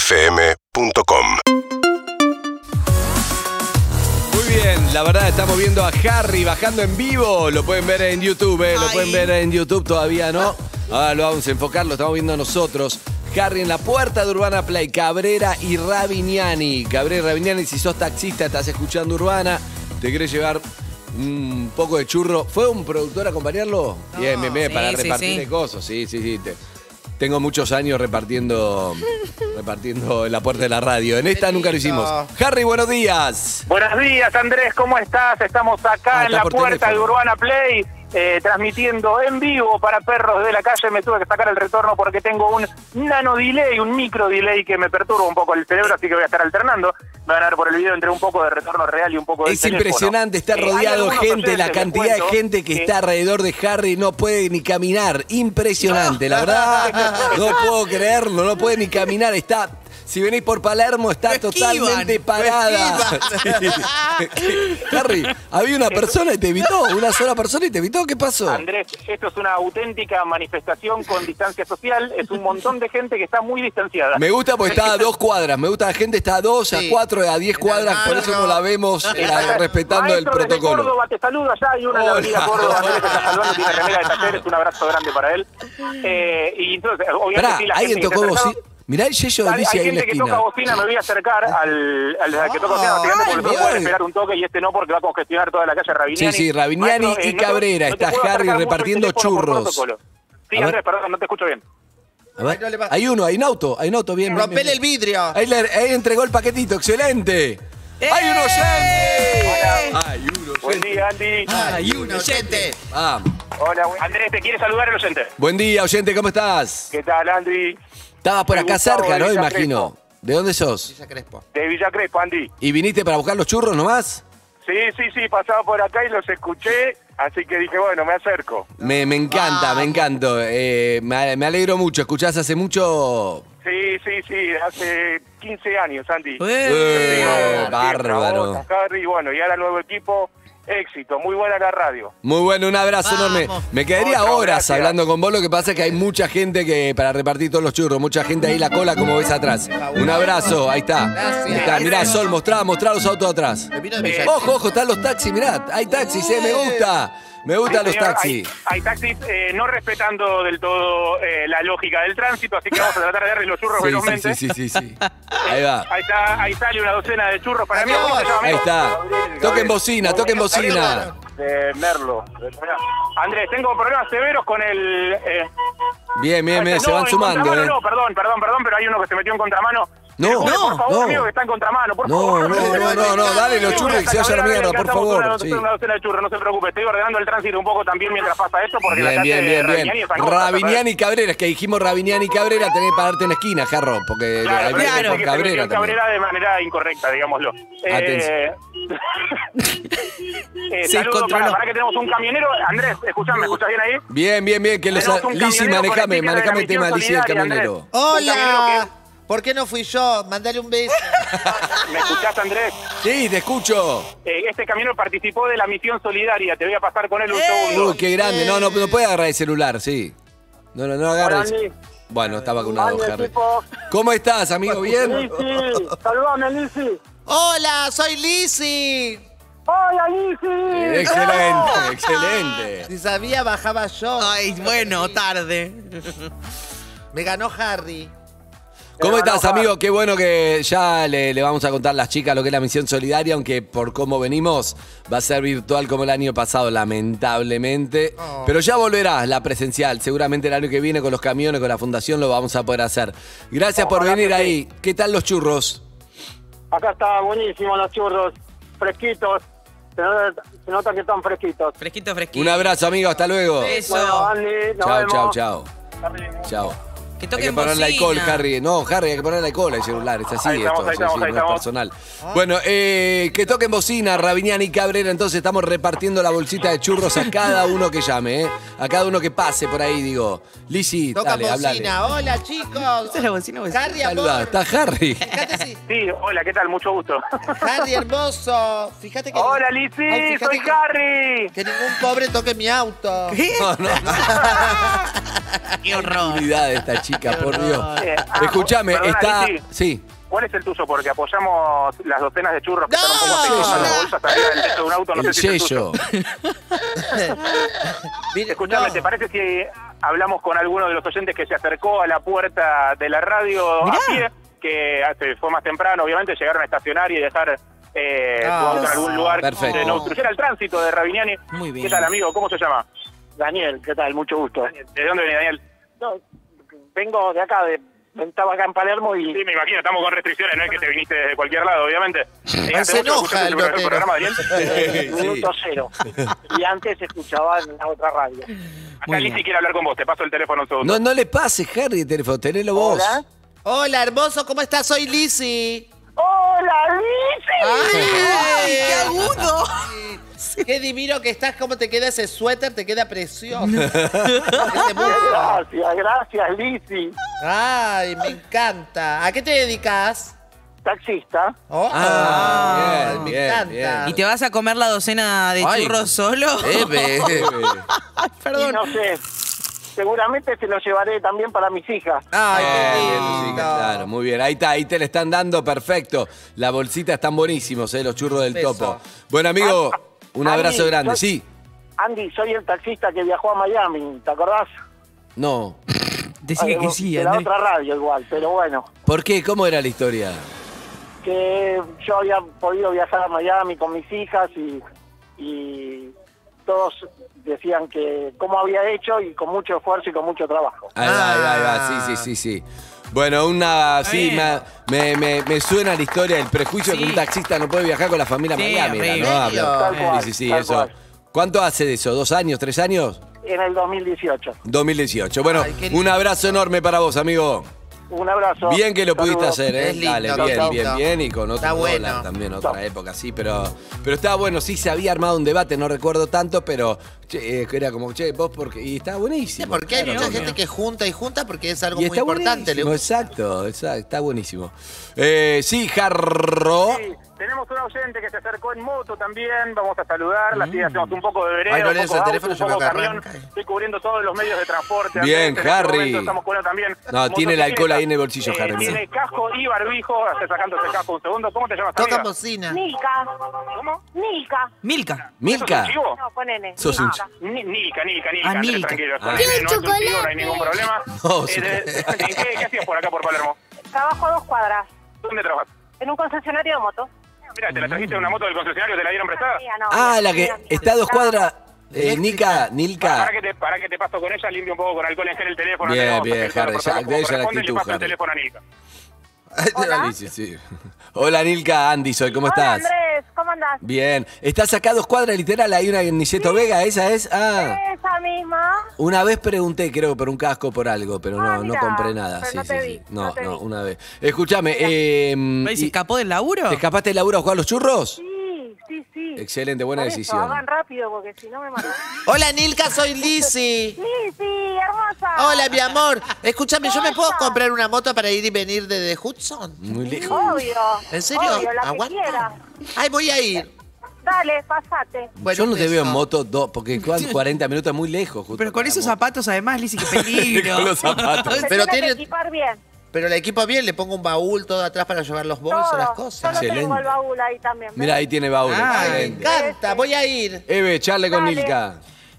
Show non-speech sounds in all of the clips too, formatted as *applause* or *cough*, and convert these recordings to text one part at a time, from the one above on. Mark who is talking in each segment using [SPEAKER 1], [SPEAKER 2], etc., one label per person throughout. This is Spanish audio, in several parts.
[SPEAKER 1] UrbanaPlayFM.com
[SPEAKER 2] Muy bien, la verdad estamos viendo a Harry bajando en vivo. Lo pueden ver en YouTube, ¿eh? lo
[SPEAKER 3] Ay.
[SPEAKER 2] pueden ver en YouTube todavía, ¿no? Ahora lo vamos a enfocar, lo estamos viendo nosotros. Harry en la puerta de Urbana Play, Cabrera y Rabiniani. Cabrera y Rabiniani, si sos taxista, estás escuchando Urbana, te querés llevar un poco de churro. ¿Fue un productor a acompañarlo? bien, bien, bien,
[SPEAKER 3] sí,
[SPEAKER 2] para
[SPEAKER 3] sí,
[SPEAKER 2] repartir
[SPEAKER 3] sí.
[SPEAKER 2] cosas. Sí, sí, sí. te- tengo muchos años repartiendo, repartiendo en la puerta de la radio. En esta nunca lo hicimos. Harry, buenos días.
[SPEAKER 4] Buenos días, Andrés, ¿cómo estás? Estamos
[SPEAKER 2] Ah,
[SPEAKER 4] acá en
[SPEAKER 2] está
[SPEAKER 4] la
[SPEAKER 2] por
[SPEAKER 4] puerta
[SPEAKER 2] teléfono.
[SPEAKER 4] de Urbana Play, eh, transmitiendo en vivo para perros de la calle. Me tuve que sacar el retorno porque tengo un nano delay, un micro delay que me perturba un poco el cerebro, así que voy a estar alternando. Me van a ver por el video entre un poco de retorno real y un poco de
[SPEAKER 2] Es impresionante,
[SPEAKER 4] Eh,
[SPEAKER 2] está rodeado de gente, la cantidad de gente que está alrededor de Harry no puede ni caminar, impresionante, la
[SPEAKER 4] *laughs*
[SPEAKER 2] verdad, no puedo creerlo, no puede ni caminar, está, si venís por Palermo está
[SPEAKER 3] Lo esquivan,
[SPEAKER 2] totalmente
[SPEAKER 3] lo
[SPEAKER 2] parada.
[SPEAKER 3] esquivan.
[SPEAKER 2] Sí. *laughs* Harry, había una persona y te evitó, una sola persona y te evitó, ¿qué pasó?
[SPEAKER 4] Andrés, esto es una auténtica manifestación con distancia social. Es un montón de gente que está muy distanciada.
[SPEAKER 2] Me gusta porque está a dos cuadras, me gusta la gente está a dos, a
[SPEAKER 3] Sí.
[SPEAKER 2] cuatro, a diez
[SPEAKER 3] Era
[SPEAKER 2] cuadras, por
[SPEAKER 3] raro.
[SPEAKER 2] eso no la vemos eh, la- respetando el
[SPEAKER 4] Maestro, desde
[SPEAKER 2] protocolo.
[SPEAKER 4] Córdoba te saluda ya, hay una en la
[SPEAKER 2] Hola.
[SPEAKER 4] avenida Córdoba, Andrés que está saludando, tiene remera de talleres, un abrazo grande para él. Eh, y entonces, obviamente,
[SPEAKER 2] Pará,
[SPEAKER 4] sí, la
[SPEAKER 2] alguien
[SPEAKER 4] gente que
[SPEAKER 2] tocó
[SPEAKER 4] está
[SPEAKER 2] bocina.
[SPEAKER 4] atrasada-
[SPEAKER 2] Mirá el yello de
[SPEAKER 4] hay,
[SPEAKER 2] Alicia
[SPEAKER 4] hay
[SPEAKER 2] ahí en la
[SPEAKER 4] gente que
[SPEAKER 2] esquina. Ah.
[SPEAKER 4] toca bocina, me voy a acercar al, al, al que toca bocina, básicamente porque
[SPEAKER 2] bien.
[SPEAKER 4] nosotros pueden esperar un toque y este no porque va a congestionar toda la calle Rabiniani.
[SPEAKER 2] Sí, sí, Rabiniani
[SPEAKER 4] Maestro, eh,
[SPEAKER 2] y
[SPEAKER 4] no te-
[SPEAKER 2] Cabrera,
[SPEAKER 4] no te
[SPEAKER 2] está
[SPEAKER 4] puedo acercar
[SPEAKER 2] Harry
[SPEAKER 4] mucho el
[SPEAKER 2] repartiendo
[SPEAKER 4] teléfono por
[SPEAKER 2] churros.
[SPEAKER 4] protocolo. Sí,
[SPEAKER 2] A ver.
[SPEAKER 4] Andrés, perdón, no te escucho bien.
[SPEAKER 2] A ver, hay uno, hay un auto, hay un auto, bien. bien, bien,
[SPEAKER 3] Rompele el
[SPEAKER 2] bien.
[SPEAKER 3] vidrio.
[SPEAKER 2] Ahí, le- ahí entregó el paquetito, excelente.
[SPEAKER 3] ¡Eh!
[SPEAKER 2] ¡Hay un oyente!
[SPEAKER 4] Hola.
[SPEAKER 2] ¡Hay un
[SPEAKER 4] Buen día, Andy.
[SPEAKER 3] Hay un oyente.
[SPEAKER 2] Ah,
[SPEAKER 4] Hola, buen- Andrés, te quiere saludar el oyente.
[SPEAKER 2] buen día, oyente, ¿cómo estás?
[SPEAKER 4] ¿Qué tal, Andy?
[SPEAKER 2] Estabas por
[SPEAKER 4] Soy
[SPEAKER 2] acá
[SPEAKER 4] Gustavo
[SPEAKER 2] cerca,
[SPEAKER 4] de
[SPEAKER 2] ¿no?
[SPEAKER 4] Villa
[SPEAKER 2] Imagino. ¿De dónde sos?
[SPEAKER 3] Villa Crespo.
[SPEAKER 4] De Villa Crespo, Andy.
[SPEAKER 2] ¿Y viniste para buscar los churros nomás?
[SPEAKER 4] Sí, sí, sí, pasaba por acá y los escuché, así que dije, bueno, me acerco.
[SPEAKER 2] Me, me encanta, me encanta. Eh, me, me alegro mucho. ¿Escuchás hace mucho?
[SPEAKER 4] Sí, sí, sí, hace 15 años, Andy.
[SPEAKER 2] Eh,
[SPEAKER 4] Sí,
[SPEAKER 2] bárbaro.
[SPEAKER 4] a vos, a Harry, bueno, y ahora nuevo equipo, éxito, muy buena la radio.
[SPEAKER 2] Muy bueno, un abrazo
[SPEAKER 3] Vamos.
[SPEAKER 2] enorme. Me quedaría
[SPEAKER 4] Otro,
[SPEAKER 2] horas
[SPEAKER 4] gracias.
[SPEAKER 2] hablando con vos, lo que pasa es que hay mucha gente que para repartir todos los churros, mucha gente ahí la cola como ves atrás. Un abrazo, ahí está.
[SPEAKER 3] Gracias.
[SPEAKER 2] Ahí está, mirá, Sol, mostrá, mostrá los autos atrás.
[SPEAKER 3] Me vino de Villa
[SPEAKER 2] Ojo, ojo, están los taxis, mirá, hay taxis, eh, me gusta. Me gustan
[SPEAKER 4] Sí,
[SPEAKER 2] los
[SPEAKER 4] señor,
[SPEAKER 2] taxis.
[SPEAKER 4] Hay, hay taxis eh, no respetando del todo eh, la lógica del tránsito, así que vamos a tratar de darle los churros
[SPEAKER 2] Sí,
[SPEAKER 4] velozmente.
[SPEAKER 2] sí, sí, sí, sí. Ahí va.
[SPEAKER 3] *laughs*
[SPEAKER 4] Ahí, está, ahí sale una docena de churros para mí.
[SPEAKER 3] Adiós.
[SPEAKER 4] ¿Cómo se llama,
[SPEAKER 2] Ahí
[SPEAKER 4] amigo?
[SPEAKER 2] está.
[SPEAKER 4] Gabriel,
[SPEAKER 2] Toquen
[SPEAKER 4] Gabriel.
[SPEAKER 2] bocina, toquen bocina.
[SPEAKER 4] De Merlo. Andrés, tengo problemas severos con el... eh,
[SPEAKER 2] Bien, bien, bien,
[SPEAKER 4] no,
[SPEAKER 2] se van
[SPEAKER 4] en
[SPEAKER 2] sumando,
[SPEAKER 4] contramano
[SPEAKER 2] eh.
[SPEAKER 4] No, perdón, perdón, perdón, pero hay uno que se metió en contramano.
[SPEAKER 2] No,
[SPEAKER 4] Eh, por
[SPEAKER 2] no,
[SPEAKER 4] favor,
[SPEAKER 2] no.
[SPEAKER 4] amigo, que está en contramano, por
[SPEAKER 2] No, no,
[SPEAKER 4] favor.
[SPEAKER 2] no, no, no, dale los churros que se vaya a la mierda, por
[SPEAKER 4] Alcanzamos Una,
[SPEAKER 2] favor.
[SPEAKER 4] docena-
[SPEAKER 2] Sí.
[SPEAKER 4] una docena de churros, no se preocupe. Estoy ordenando el tránsito un poco también mientras pasa esto, porque la
[SPEAKER 2] Bien,
[SPEAKER 4] calle
[SPEAKER 2] bien, bien,
[SPEAKER 4] Rabiniani
[SPEAKER 2] bien.
[SPEAKER 4] es angosta,
[SPEAKER 2] Rabiniani y Cabrera, es que dijimos Rabiniani y Cabrera, tenés que pararte en la esquina, Jarro, porque
[SPEAKER 4] Claro,
[SPEAKER 2] hay
[SPEAKER 4] pero
[SPEAKER 2] veces
[SPEAKER 4] hay gente
[SPEAKER 2] con
[SPEAKER 4] que se metió
[SPEAKER 2] Cabrera
[SPEAKER 4] en
[SPEAKER 2] también.
[SPEAKER 4] Cabrera de manera incorrecta, digámoslo. Eh, eh,
[SPEAKER 3] Se
[SPEAKER 4] saludo para,
[SPEAKER 3] descontroló.
[SPEAKER 4] para que tenemos un camionero. Andrés, escuchame, ¿escuchás bien ahí?
[SPEAKER 2] Bien, bien, bien, que los
[SPEAKER 4] Tenemos un
[SPEAKER 2] Lisi,
[SPEAKER 4] camionero con
[SPEAKER 2] manejame,
[SPEAKER 4] el título de
[SPEAKER 2] manejame el
[SPEAKER 4] la
[SPEAKER 2] tema
[SPEAKER 4] misión
[SPEAKER 2] Lisi del
[SPEAKER 4] solidaria,
[SPEAKER 2] camionero.
[SPEAKER 3] Hola.
[SPEAKER 4] Andrés.
[SPEAKER 3] ¿Por qué no fui yo? Mandale un beso.
[SPEAKER 4] ¿Me escuchás, Andrés?
[SPEAKER 2] Sí, te escucho.
[SPEAKER 4] Eh, este camionero participó de la misión solidaria. Te voy a pasar con él un segundo.
[SPEAKER 2] Uy, qué grande. No, no, no puede agarrar el celular, sí. No, no, no agarra
[SPEAKER 4] Hola,
[SPEAKER 2] el
[SPEAKER 4] Andy.
[SPEAKER 2] Bueno, está vacunado,
[SPEAKER 4] Hola,
[SPEAKER 2] Harry.
[SPEAKER 4] equipo.
[SPEAKER 2] ¿Cómo estás, amigo? ¿Bien?
[SPEAKER 4] Lisi, saludame, Lisi.
[SPEAKER 3] Hola, soy Lizzy.
[SPEAKER 4] Hola, Lisi.
[SPEAKER 2] Excelente,
[SPEAKER 4] *laughs*
[SPEAKER 2] excelente.
[SPEAKER 3] Si sabía, bajaba yo.
[SPEAKER 5] Ay, bueno, tarde.
[SPEAKER 3] Me ganó Harry.
[SPEAKER 2] ¿Cómo estás, amigo? Qué bueno que ya le, le vamos a contar a las chicas lo que es la misión solidaria, aunque por cómo venimos va a ser virtual como el año pasado, lamentablemente. Pero ya volverá la presencial, seguramente el año que viene con los camiones, con la fundación, lo vamos a poder hacer. Gracias por
[SPEAKER 4] Ojalá
[SPEAKER 2] venir
[SPEAKER 4] que sí.
[SPEAKER 2] ahí. ¿Qué tal los churros?
[SPEAKER 4] Acá está buenísimo los churros, fresquitos. Se nota, se nota que están fresquitos.
[SPEAKER 5] Fresquito, fresquito.
[SPEAKER 2] Un abrazo, amigo, hasta luego.
[SPEAKER 5] Beso.
[SPEAKER 4] Bueno, Andy, nos
[SPEAKER 2] Chao,
[SPEAKER 4] vemos.
[SPEAKER 2] chao, chao.
[SPEAKER 4] Ahí
[SPEAKER 2] Chao.
[SPEAKER 5] Que
[SPEAKER 2] Hay
[SPEAKER 5] toquen
[SPEAKER 2] que ponerle
[SPEAKER 5] bocina.
[SPEAKER 2] alcohol, Harry. No, Harry, hay que ponerle alcohol al celular. Es así
[SPEAKER 4] Ahí estamos,
[SPEAKER 2] esto,
[SPEAKER 4] ahí estamos,
[SPEAKER 2] sí, sí,
[SPEAKER 4] ahí
[SPEAKER 2] no es
[SPEAKER 4] estamos.
[SPEAKER 2] personal. Bueno, eh, que toquen bocina, Rabiniani y Cabrera. Entonces estamos repartiendo la bolsita de churros a cada uno que llame, ¿eh? A cada uno que pase por ahí, digo. Lisi,
[SPEAKER 3] Toca
[SPEAKER 2] dale, háblale.
[SPEAKER 3] bocina. Hola, chicos.
[SPEAKER 5] Esa es la bocina, bocina.
[SPEAKER 3] Harry,
[SPEAKER 2] Saluda,
[SPEAKER 3] amor.
[SPEAKER 2] está
[SPEAKER 3] *laughs*
[SPEAKER 2] Harry.
[SPEAKER 3] Fíjate si...
[SPEAKER 4] Sí, hola, ¿qué tal?
[SPEAKER 3] *laughs*
[SPEAKER 4] Mucho gusto.
[SPEAKER 3] Harry, hermoso. Fíjate que...
[SPEAKER 4] hola, Lisi,
[SPEAKER 3] Ay, fíjate
[SPEAKER 4] soy
[SPEAKER 3] que-
[SPEAKER 4] Harry.
[SPEAKER 3] Que ningún pobre toque mi auto.
[SPEAKER 2] No, no, no.
[SPEAKER 5] Qué horror.
[SPEAKER 2] Unidad esta chica, por Dios.
[SPEAKER 4] Eh, ah,
[SPEAKER 2] Escúchame,
[SPEAKER 4] perdona,
[SPEAKER 2] está.
[SPEAKER 4] Lizzy.
[SPEAKER 2] Sí.
[SPEAKER 4] ¿Cuál es el tuzo? Porque apoyamos las docenas de churros que
[SPEAKER 3] No,
[SPEAKER 4] están un poco pequeños en las
[SPEAKER 2] no.
[SPEAKER 4] bolsas arriba del techo de un auto. No
[SPEAKER 2] El
[SPEAKER 4] sé si es el
[SPEAKER 2] sello.
[SPEAKER 4] tuzo. Escuchame, ¿te parece si hablamos con alguno de los oyentes que se acercó a la puerta de la radio a pie? Que hace- fue más temprano, obviamente, llegaron a estacionar y dejar eh,
[SPEAKER 3] Ah,
[SPEAKER 4] su auto en
[SPEAKER 3] sí.
[SPEAKER 4] algún lugar
[SPEAKER 2] Perfecto.
[SPEAKER 4] que no obstruyera el tránsito de Rabiniani.
[SPEAKER 5] Muy bien.
[SPEAKER 4] ¿Qué tal, amigo? ¿Cómo se llama?
[SPEAKER 1] Daniel, ¿qué tal? Mucho gusto.
[SPEAKER 4] Daniel, ¿De dónde viene Daniel?
[SPEAKER 1] No, vengo de acá, de, estaba acá en Palermo y
[SPEAKER 4] Sí, me imagino, estamos con restricciones, no es que te viniste desde cualquier lado,
[SPEAKER 3] *laughs*
[SPEAKER 4] obviamente. Eh, hace
[SPEAKER 3] se
[SPEAKER 4] mucho
[SPEAKER 3] enoja
[SPEAKER 4] escuchaste
[SPEAKER 3] el
[SPEAKER 4] pro-
[SPEAKER 3] loquero.
[SPEAKER 4] programa, Daniel.
[SPEAKER 3] *laughs*
[SPEAKER 1] minuto cero. Y antes escuchaba en la otra radio.
[SPEAKER 5] Muy
[SPEAKER 4] Acá Lizzy
[SPEAKER 5] bien.
[SPEAKER 4] quiere hablar con vos, te paso el teléfono en todo.
[SPEAKER 2] No, no le pases, Harry, el teléfono, tenelo vos.
[SPEAKER 1] Hola.
[SPEAKER 3] Hola, hermoso, ¿cómo estás? Soy Lizzy.
[SPEAKER 1] ¡Hola,
[SPEAKER 2] Ah.
[SPEAKER 1] Lizzy!
[SPEAKER 5] ¡Ay, qué agudo!
[SPEAKER 3] Qué divino que estás, cómo te queda ese suéter, te queda precioso. Ese muslo.
[SPEAKER 1] Gracias, gracias, Lizzy.
[SPEAKER 3] Ay, me encanta. ¿A qué te dedicas?
[SPEAKER 1] Taxista.
[SPEAKER 3] Oh,
[SPEAKER 2] Ah,
[SPEAKER 3] ay,
[SPEAKER 2] bien,
[SPEAKER 3] me
[SPEAKER 2] bien,
[SPEAKER 3] encanta.
[SPEAKER 2] bien.
[SPEAKER 5] ¿Y te vas a comer la docena de
[SPEAKER 2] Ay. Eh,
[SPEAKER 5] churros solo?
[SPEAKER 2] Eve, Eve.
[SPEAKER 1] Y no sé, seguramente se lo llevaré también para mis hijas.
[SPEAKER 3] Ay,
[SPEAKER 2] Bien,
[SPEAKER 3] qué
[SPEAKER 2] bien,
[SPEAKER 3] lindo.
[SPEAKER 2] Lucica, Eh, claro, muy bien. Ahí está, ahí te le están dando, perfecto. La bolsita están buenísimos, eh, los churros del
[SPEAKER 3] Beso.
[SPEAKER 2] topo. Bueno, amigo,
[SPEAKER 3] Ah,
[SPEAKER 2] un
[SPEAKER 1] Andy,
[SPEAKER 2] abrazo grande.
[SPEAKER 1] soy-
[SPEAKER 2] Sí,
[SPEAKER 1] Andy, soy el taxista que viajó a Miami, ¿te acordás?
[SPEAKER 2] no.
[SPEAKER 5] *laughs* Decí
[SPEAKER 1] Ah, de- de la otra radio igual, pero bueno.
[SPEAKER 2] ¿Por qué? ¿Cómo era la historia?
[SPEAKER 1] que yo había podido viajar a Miami con mis hijas y, y todos decían que cómo había hecho y con mucho esfuerzo y con mucho trabajo.
[SPEAKER 2] Ahí va, ahí va, ahí va,
[SPEAKER 3] Ah.
[SPEAKER 2] sí, sí, sí, sí. Bueno, una. Sí,
[SPEAKER 5] bien.
[SPEAKER 2] me, me- me suena la historia del prejuicio de que
[SPEAKER 5] Sí.
[SPEAKER 2] un taxista no puede viajar con la familia a
[SPEAKER 5] Sí,
[SPEAKER 2] Miami, era,
[SPEAKER 5] horrible.
[SPEAKER 2] ¿no?
[SPEAKER 3] Serio.
[SPEAKER 2] Habla-
[SPEAKER 1] Tal cual,
[SPEAKER 2] Ah, Sí, sí, sí,
[SPEAKER 1] tal
[SPEAKER 2] eso.
[SPEAKER 1] cual.
[SPEAKER 2] ¿Cuánto hace de eso? ¿Dos años? ¿Tres años?
[SPEAKER 1] En el 2018.
[SPEAKER 2] 2018. Bueno,
[SPEAKER 3] Ay, qué lindo.
[SPEAKER 2] un abrazo enorme para vos, amigo.
[SPEAKER 1] Un abrazo.
[SPEAKER 2] Bien que lo
[SPEAKER 1] Saludos.
[SPEAKER 2] pudiste hacer, ¿eh?
[SPEAKER 3] Es lindo,
[SPEAKER 2] Dale,
[SPEAKER 3] está
[SPEAKER 2] bien,
[SPEAKER 3] lindo.
[SPEAKER 2] bien, bien. Y con otro
[SPEAKER 3] Está
[SPEAKER 2] dólar
[SPEAKER 3] bueno.
[SPEAKER 2] también, otra época, sí. Pero, pero estaba bueno, sí se había armado un debate, no recuerdo tanto, pero che, eh, era como, che, vos porque. Y estaba buenísimo.
[SPEAKER 3] Porque hay
[SPEAKER 2] claro,
[SPEAKER 3] mucha
[SPEAKER 2] obvio.
[SPEAKER 3] gente que junta y junta porque es algo
[SPEAKER 2] Y
[SPEAKER 3] muy
[SPEAKER 2] está
[SPEAKER 3] importante.
[SPEAKER 2] buenísimo,
[SPEAKER 3] Le-
[SPEAKER 2] exacto, exacto, está buenísimo. Eh, sí, Jarro.
[SPEAKER 4] Sí, tenemos un oyente que se acercó en moto también, vamos a saludarla,
[SPEAKER 2] Mm.
[SPEAKER 4] así hacemos un poco de vereda,
[SPEAKER 3] Ay, no
[SPEAKER 4] un
[SPEAKER 3] lees
[SPEAKER 4] poco
[SPEAKER 3] el
[SPEAKER 4] auto,
[SPEAKER 3] teléfono,
[SPEAKER 4] un
[SPEAKER 3] yo
[SPEAKER 4] poco
[SPEAKER 3] creo que
[SPEAKER 4] camión,
[SPEAKER 3] arranca.
[SPEAKER 4] estoy cubriendo todos los medios de
[SPEAKER 2] Bien,
[SPEAKER 4] transporte. Andrés, en este
[SPEAKER 2] Harry.
[SPEAKER 4] momento estamos cubriendo también.
[SPEAKER 2] No, tiene el alcohol ahí en el bolsillo, Harry, mira.
[SPEAKER 4] Tiene casco y barbijo, hace sacándose el casco un segundo. ¿Cómo te llamas,
[SPEAKER 3] Toca
[SPEAKER 4] amiga?
[SPEAKER 3] bocina.
[SPEAKER 6] Milka.
[SPEAKER 4] ¿Cómo?
[SPEAKER 6] Milka.
[SPEAKER 5] Milka.
[SPEAKER 2] Milka.
[SPEAKER 4] ¿Sos un chivo?
[SPEAKER 6] No, ponele.
[SPEAKER 2] Sos un
[SPEAKER 6] Milka.
[SPEAKER 4] Ni- Nilka, Nilka,
[SPEAKER 5] Ah,
[SPEAKER 4] Nilka, Andrés,
[SPEAKER 5] Nilka.
[SPEAKER 4] tranquilo.
[SPEAKER 2] Ah.
[SPEAKER 4] Ponele,
[SPEAKER 6] ¡Quiero
[SPEAKER 4] no es un chivo, no hay
[SPEAKER 6] chocolate!
[SPEAKER 4] ningún problema.
[SPEAKER 2] *laughs* No,
[SPEAKER 4] Eh, de-
[SPEAKER 2] sí.
[SPEAKER 4] ¿en ¿qué, ¿Qué hacías por acá, por Palermo?
[SPEAKER 6] Trabajo a dos cuadras
[SPEAKER 4] ¿Dónde trabajas?
[SPEAKER 6] en un concesionario de motos.
[SPEAKER 4] Mira, te la trajiste en una moto del concesionario, te la dieron prestada.
[SPEAKER 6] Mía, no,
[SPEAKER 2] Ah,
[SPEAKER 6] mía,
[SPEAKER 2] la que
[SPEAKER 6] mía, mía.
[SPEAKER 2] está a dos cuadras. eh, Nica, Nilka.
[SPEAKER 4] Para que, te, para que te paso con ella, limpio un poco con alcohol en gel el teléfono.
[SPEAKER 2] Bien,
[SPEAKER 4] tenemos
[SPEAKER 2] bien,
[SPEAKER 4] que hacerlo
[SPEAKER 2] Harry,
[SPEAKER 4] por
[SPEAKER 2] ya-
[SPEAKER 4] teléfono
[SPEAKER 2] de
[SPEAKER 4] como
[SPEAKER 2] ella la
[SPEAKER 4] corresponde,
[SPEAKER 2] actitud,
[SPEAKER 4] le paso el
[SPEAKER 2] Harry.
[SPEAKER 4] teléfono a Nica.
[SPEAKER 6] Hola.
[SPEAKER 2] Sí, sí. *laughs* Hola, Nilka, Andy, soy, ¿cómo
[SPEAKER 6] Hola,
[SPEAKER 2] estás?
[SPEAKER 6] Andrés, ¿cómo andás?
[SPEAKER 2] Bien, estás acá a dos cuadras literal, hay una en Niceto Vega, esa es. Ah,
[SPEAKER 6] Esa misma.
[SPEAKER 2] una vez pregunté, creo, por un casco, por algo, pero
[SPEAKER 6] Ah,
[SPEAKER 2] no, no
[SPEAKER 6] mira,
[SPEAKER 2] compré nada.
[SPEAKER 6] pero
[SPEAKER 2] sí,
[SPEAKER 6] no te
[SPEAKER 2] sí,
[SPEAKER 6] vi,
[SPEAKER 2] sí.
[SPEAKER 6] no
[SPEAKER 2] No,
[SPEAKER 6] te
[SPEAKER 2] no,
[SPEAKER 6] vi.
[SPEAKER 2] una vez. Escúchame, eh,
[SPEAKER 5] ¿Y ¿Se
[SPEAKER 2] y-
[SPEAKER 5] escapó del laburo?
[SPEAKER 2] ¿te escapaste del laburo a jugar a los churros?
[SPEAKER 6] Sí, sí, sí.
[SPEAKER 2] Excelente, buena
[SPEAKER 6] Por eso,
[SPEAKER 2] decisión.
[SPEAKER 6] hagan rápido porque si no me
[SPEAKER 3] *laughs*
[SPEAKER 6] matan.
[SPEAKER 3] Hola, Nilka, soy Lizzy.
[SPEAKER 6] sí, sí, hermosa.
[SPEAKER 3] Hola, mi amor. Escúchame, ¿yo me puedo comprar una moto para ir y venir desde Hudson?
[SPEAKER 2] Muy lejos.
[SPEAKER 6] Obvio.
[SPEAKER 3] ¿En serio?
[SPEAKER 6] Obvio, la
[SPEAKER 3] Aguanta.
[SPEAKER 6] que quieras.
[SPEAKER 3] Ay, voy a ir.
[SPEAKER 6] Dale, pasate.
[SPEAKER 3] Bueno,
[SPEAKER 2] Yo no
[SPEAKER 3] un
[SPEAKER 2] te veo en
[SPEAKER 3] beso.
[SPEAKER 2] moto, do- porque
[SPEAKER 5] *laughs*
[SPEAKER 2] cuan- 40 minutos es muy lejos. justo
[SPEAKER 5] Pero con
[SPEAKER 2] para
[SPEAKER 5] esos
[SPEAKER 2] la moto.
[SPEAKER 5] zapatos, además, Lizzy, qué peligro.
[SPEAKER 2] Con los zapatos.
[SPEAKER 5] *laughs*
[SPEAKER 6] Se
[SPEAKER 3] Pero
[SPEAKER 6] tiene que
[SPEAKER 3] tiene-
[SPEAKER 6] equipar bien.
[SPEAKER 3] Pero el equipo bien, le pongo un baúl todo atrás para llevar los bolsos,
[SPEAKER 6] Todo.
[SPEAKER 3] las
[SPEAKER 6] Yo
[SPEAKER 3] cosas.
[SPEAKER 6] no tengo
[SPEAKER 2] Excelente.
[SPEAKER 6] el baúl ahí también.
[SPEAKER 2] Mira, ahí tiene baúl.
[SPEAKER 5] Ah,
[SPEAKER 3] Ay, me
[SPEAKER 2] excelente.
[SPEAKER 6] Este,
[SPEAKER 3] encanta, voy a ir.
[SPEAKER 2] Eve, charle con
[SPEAKER 6] Dale.
[SPEAKER 2] Nilka.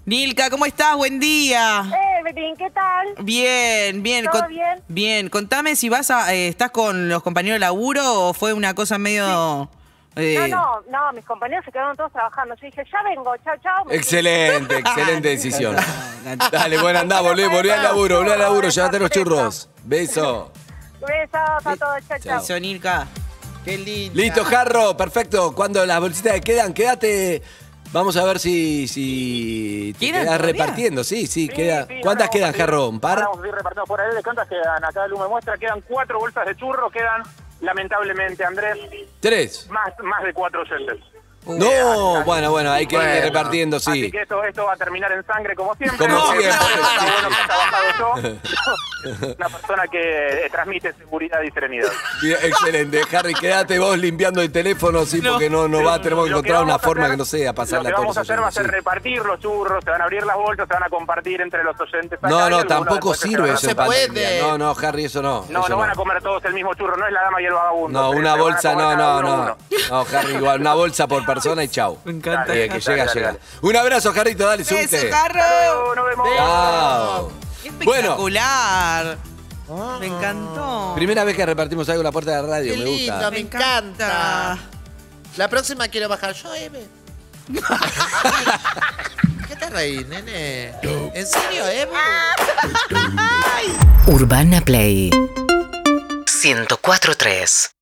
[SPEAKER 5] Nilka, ¿cómo estás? Buen día.
[SPEAKER 6] Evelyn, Eh, ¿qué tal?
[SPEAKER 5] Bien, bien.
[SPEAKER 6] ¿Todo
[SPEAKER 5] Con-
[SPEAKER 6] bien?
[SPEAKER 5] Bien, contame si vas a, eh, estás con los compañeros de laburo o fue una cosa medio... eh,
[SPEAKER 6] No, no, no, mis compañeros se quedaron todos trabajando. Yo dije, ya vengo, chao, chao. Me
[SPEAKER 2] Excelente,
[SPEAKER 6] *laughs*
[SPEAKER 2] excelente
[SPEAKER 5] *laughs*
[SPEAKER 2] decisión.
[SPEAKER 5] no, no.
[SPEAKER 2] Dale, bueno, andá, volvé, volvé al laburo, volvé al laburo, llévate los churros. Beso.
[SPEAKER 6] fui. Besos a todos, chao, chao.
[SPEAKER 5] Eso, Nilka.
[SPEAKER 3] Qué lindo.
[SPEAKER 2] Listo, Jarro, perfecto. Cuando las bolsitas quedan, quédate. Vamos a ver si, si te
[SPEAKER 5] ¿Quedan
[SPEAKER 2] quedás
[SPEAKER 5] todavía?
[SPEAKER 2] repartiendo. Sí, sí, queda.
[SPEAKER 4] Sí, sí,
[SPEAKER 2] ¿Cuántas
[SPEAKER 4] ahora
[SPEAKER 2] quedan,
[SPEAKER 4] vamos a ir-
[SPEAKER 2] Jarro? ¿Un par?
[SPEAKER 4] ahora Vamos a ir repartiendo por ahí. ¿De cuántas quedan? Acá Lu me muestra. Quedan cuatro bolsas de churro. Quedan, lamentablemente, Andrés,
[SPEAKER 2] Tres.
[SPEAKER 4] más, más de cuatro oyentes.
[SPEAKER 2] No, bueno, bueno, hay que ir
[SPEAKER 4] Bueno.
[SPEAKER 2] repartiendo, sí.
[SPEAKER 4] Así que esto, esto va a terminar en sangre como siempre.
[SPEAKER 2] Como
[SPEAKER 4] No,
[SPEAKER 2] siempre.
[SPEAKER 4] Está bueno que haya bajado
[SPEAKER 2] *laughs*
[SPEAKER 4] yo. Una persona que eh, transmite seguridad y serenidad.
[SPEAKER 2] Bien, excelente. Harry, quédate vos limpiando el teléfono, sí, porque no, no va, tenemos que
[SPEAKER 4] Lo
[SPEAKER 2] encontrar una
[SPEAKER 4] vamos a
[SPEAKER 2] forma
[SPEAKER 4] hacer-
[SPEAKER 2] que no sea pasarla
[SPEAKER 4] Lo que
[SPEAKER 2] todos
[SPEAKER 4] vamos a
[SPEAKER 2] los
[SPEAKER 4] hacer va a ser
[SPEAKER 2] oyentes, sí.
[SPEAKER 4] repartir los churros, se van a abrir las bolsas, se van a compartir entre los oyentes.
[SPEAKER 2] No,
[SPEAKER 4] Acá hay
[SPEAKER 2] no,
[SPEAKER 4] algunos
[SPEAKER 2] tampoco
[SPEAKER 4] después que se
[SPEAKER 2] sirve
[SPEAKER 4] van a
[SPEAKER 2] eso en
[SPEAKER 4] hacer.
[SPEAKER 3] puede.
[SPEAKER 2] pandemia. No, no, Harry, eso no.
[SPEAKER 4] No,
[SPEAKER 2] eso
[SPEAKER 4] no van a comer todos el mismo churro, no es la dama y el vagabundo.
[SPEAKER 2] No,
[SPEAKER 4] Se-
[SPEAKER 2] una
[SPEAKER 4] se van a
[SPEAKER 2] bolsa,
[SPEAKER 4] comer
[SPEAKER 2] no,
[SPEAKER 4] cada
[SPEAKER 2] no,
[SPEAKER 4] uno
[SPEAKER 2] no.
[SPEAKER 4] uno.
[SPEAKER 2] No, Harry, igual,
[SPEAKER 4] *laughs*
[SPEAKER 2] una bolsa por persona y chau.
[SPEAKER 5] Me encanta.
[SPEAKER 2] Eh, que
[SPEAKER 4] Dale,
[SPEAKER 2] llega,
[SPEAKER 4] dale,
[SPEAKER 2] llega.
[SPEAKER 4] dale.
[SPEAKER 2] Un abrazo, Jarrito, dale,
[SPEAKER 5] ¡Beso,
[SPEAKER 2] subte.
[SPEAKER 5] Jarro!
[SPEAKER 4] Nos vemos.
[SPEAKER 2] Chao.
[SPEAKER 5] ¡Qué
[SPEAKER 2] Bueno,
[SPEAKER 5] espectacular! Me encantó.
[SPEAKER 2] primera vez que repartimos algo en la puerta de la radio,
[SPEAKER 3] Qué
[SPEAKER 2] me
[SPEAKER 3] lindo,
[SPEAKER 2] gusta.
[SPEAKER 3] me encanta. La próxima quiero bajar
[SPEAKER 2] *laughs*
[SPEAKER 3] yo, Eve. ¿Qué te reí, nene? ¿En serio, Eve?
[SPEAKER 6] Ah.
[SPEAKER 7] Urbana Play 104.3